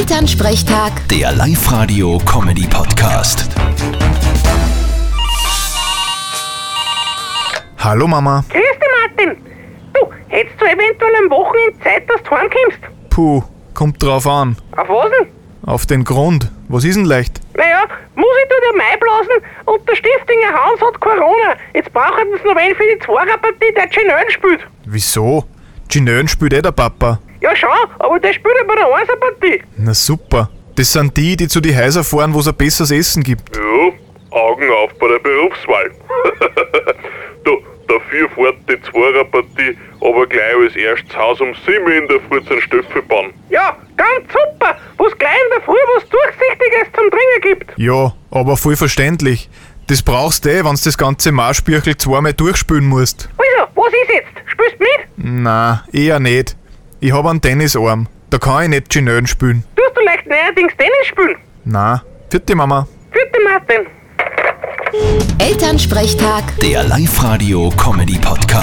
Elternsprechtag, Der Live-Radio-Comedy-Podcast. Hallo Mama. Grüß dich, Martin. Du, hättest du eventuell am Wochenende Zeit, dass du heimkommst? Puh, kommt drauf an. Auf was denn? Auf den Grund. Was ist denn leicht? Naja, muss ich dir den Mai blasen und der Stiftinger Hans hat Corona. Jetzt braucht uns noch wen für die Zweierpartie, der Genön spielt. Wieso? Ginön spielt eh der Papa. Ja, schon, aber der spielt ja bei der Einserpartie. Na super. Das sind die, die zu die Häuser fahren, wo es ein besseres Essen gibt. Ja, Augen auf bei der Berufswahl. du, dafür fährt die Zweierpartie aber gleich als erstes Haus um sieben in der Früh zum Stöffelbahn. Ja, ganz super, wo's gleich in der Früh was Durchsichtiges zum Trinken gibt. Ja, aber voll verständlich. Das brauchst eh, wenn's das ganze Marschbirchel zweimal durchspülen musst. Also, was ist jetzt? Spielst du mit? Na, eher nicht. Ich hab einen Tennisarm. Da kann ich nicht Ginön spielen. Tust du leicht neuerdings Tennis spielen? Na, vierte Mama. Vierte Martin. Elternsprechtag. Der Live-Radio-Comedy-Podcast.